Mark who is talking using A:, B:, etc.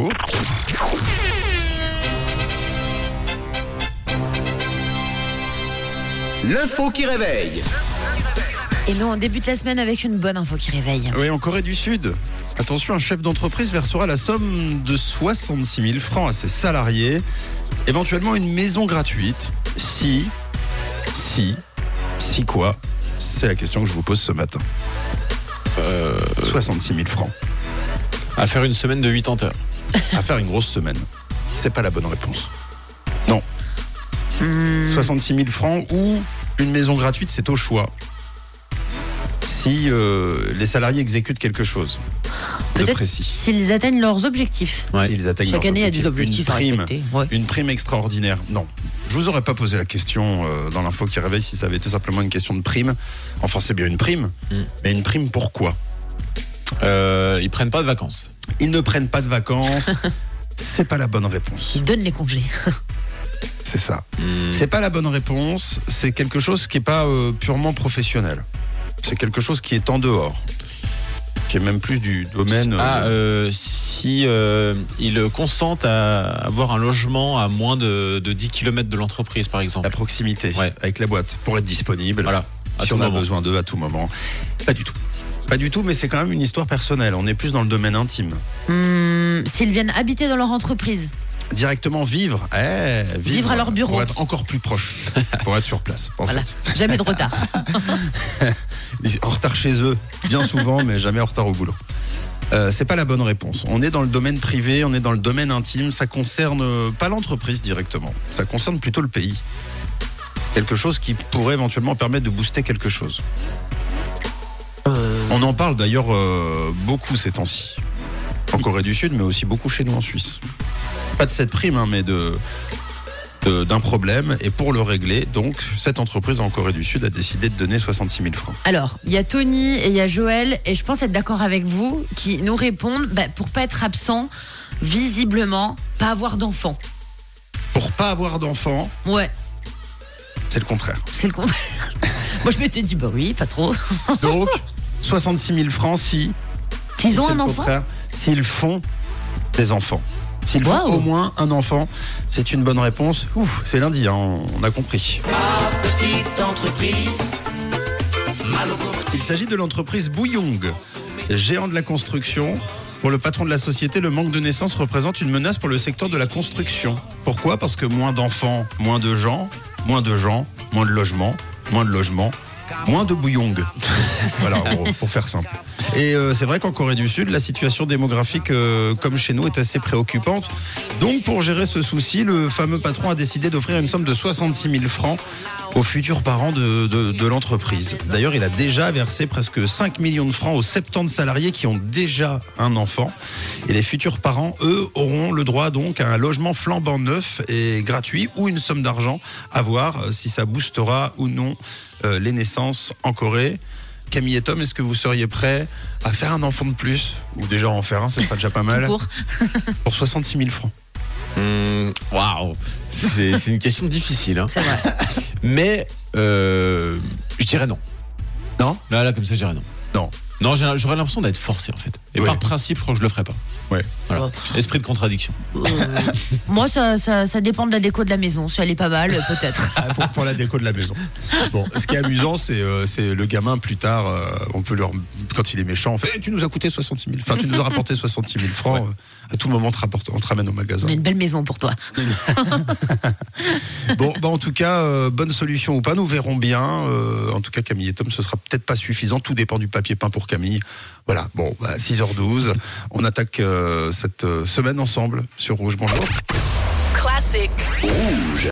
A: Oh.
B: L'info qui réveille.
C: Et là, on débute la semaine avec une bonne info qui réveille.
A: Oui, en Corée du Sud. Attention, un chef d'entreprise versera la somme de 66 000 francs à ses salariés, éventuellement une maison gratuite. Si, si, si quoi C'est la question que je vous pose ce matin. 66 000 francs.
D: à faire une semaine de 80 heures.
A: À faire une grosse semaine. C'est pas la bonne réponse. Non. 66 000 francs ou une maison gratuite, c'est au choix. Si euh, les salariés exécutent quelque chose de
C: Peut-être
A: précis.
C: s'ils atteignent leurs objectifs.
A: S'ils atteignent
C: Chaque
A: leurs
C: année, il y a des objectifs
A: une
C: à
A: prime,
C: respecter, ouais.
A: une prime extraordinaire. Non. Je vous aurais pas posé la question euh, dans l'info qui réveille si ça avait été simplement une question de prime. Enfin, c'est bien une prime,
D: Mm.
A: mais une prime pourquoi
D: Euh, ils prennent pas de vacances.
A: Ils ne prennent pas de vacances. c'est pas la bonne réponse.
C: Ils donnent les congés.
A: C'est ça.
D: Hmm. Mm.
A: C'est pas la bonne réponse. C'est quelque chose qui est pas euh, purement professionnel. C'est quelque chose qui est en dehors. J'ai même plus du domaine. euh,
D: Ah, euh, si euh, ils consentent à avoir un logement à moins de, de 10 km de l'entreprise, par
A: à
D: exemple.
A: proximité
D: Ouais.
A: avec la boîte pour être disponible.
D: Voilà. À
A: si
D: tout
A: on a
D: moment.
A: besoin d'eux à tout moment. Pas du tout. Pas du tout, mais c'est quand même une histoire personnelle. On est plus dans le domaine intime.
C: Hum, s'ils viennent habiter dans leur entreprise.
A: Directement vivre. eh, vivre,
C: Vivre à leur bureau.
A: Pour être encore plus proche. pour être sur place. en
C: Voilà.
A: fait.
C: Jamais de retard.
A: Ils sont En retard chez eux, bien souvent, mais jamais en retard au boulot. Euh, c'est pas la bonne réponse. On est dans le domaine privé, on est dans le domaine intime. Ça concerne euh, pas l'entreprise directement. Ça concerne plutôt le pays. Quelque chose qui pourrait éventuellement permettre de booster quelque chose. On en parle d'ailleurs euh, beaucoup ces temps-ci. En Corée du Sud, mais aussi beaucoup chez nous en Suisse. Pas de cette prime, hein, mais de de- d'un problème et pour le régler donc cette entreprise en Corée du Sud a décidé de donner 66 000 francs
C: Alors, il y a Tony et il y a Joël, et je pense être d'accord avec vous, qui nous répondent bah, pour pas être absent, visiblement, pas avoir d'enfant.
A: pour pas avoir d'enfants,
C: Ouais,
A: c'est le contraire.
C: c'est le contraire. Moi, je m'étais dit, bah oui, pas trop.
A: Donc, 66 000 francs si. si
C: Qu'ils ont
A: c'est
C: un
A: le
C: enfant
A: contraire, S'ils font des enfants. S'ils font
C: Waouh.
A: au moins un enfant, c'est une bonne réponse. Ouf, c'est lundi, hein, on a compris.
B: Petite entreprise. Mal au compte.
A: Il s'agit de l'entreprise Bouyong, géant de la construction. Pour le patron de la société, le manque de naissance représente une menace pour le secteur de la construction. Pourquoi Parce que moins d'enfants, moins de gens, moins de gens, moins de logements, moins de logements, moins de Bouyong. voilà, en gros, pour faire simple. Et euh, c'est vrai qu'en Corée du Sud, la situation démographique, euh, comme chez nous, est assez préoccupante. Donc, pour gérer ce souci, le fameux patron a décidé d'offrir une somme de 66 000 francs aux futurs parents de, de- de l'entreprise. D'ailleurs, il a déjà versé presque 5 millions de francs aux 70 salariés qui ont déjà un enfant. Et les futurs parents, eux, auront le droit donc à un logement flambant neuf et gratuit ou une somme d'argent à voir euh, si ça boostera ou non euh, les naissances en Corée. Camille et Tom, est-ce que vous seriez prêts à faire un enfant de plus Ou déjà en faire un, ce sera déjà pas mal.
C: Pour.
A: Pour 66 000 francs.
D: Hmm, Waouh, c'est c'est une question difficile. hein.
C: C'est vrai.
D: Mais euh, je dirais non.
A: Non
D: Là, là, comme ça, je dirais non.
A: Non.
D: Non, j'ai- j'aurais l'impression d'être forcé en fait. Et
A: Oui.
D: par principe, je crois que je le ferais pas.
A: Ouais.
D: Voilà. Esprit de contradiction.
C: Euh, Moi, ça, ça- ça dépend de la déco de la maison. Si elle est pas mal, peut-être.
A: Ah, pour, pour la déco de la maison. Bon, ce qui est amusant, c'est euh, c'est le gamin plus tard, euh, on peut leur, quand il est méchant, on fait Eh, Tu nous as coûté 66 000, enfin, tu nous as rapporté 66 000 francs. euh, À tout moment, on te, rapporte- on te ramène au magasin.
C: On a une belle maison pour toi.
A: Bon, bah, en tout cas, euh, bonne solution ou pas, nous verrons bien. Euh, en tout cas, Camille et Tom, ce sera peut-être pas suffisant. Tout dépend du papier peint pour Camille. Voilà, bon, bah, 6h12. On attaque euh, cette euh, semaine ensemble sur Rouge. Bonjour.
E: Classic.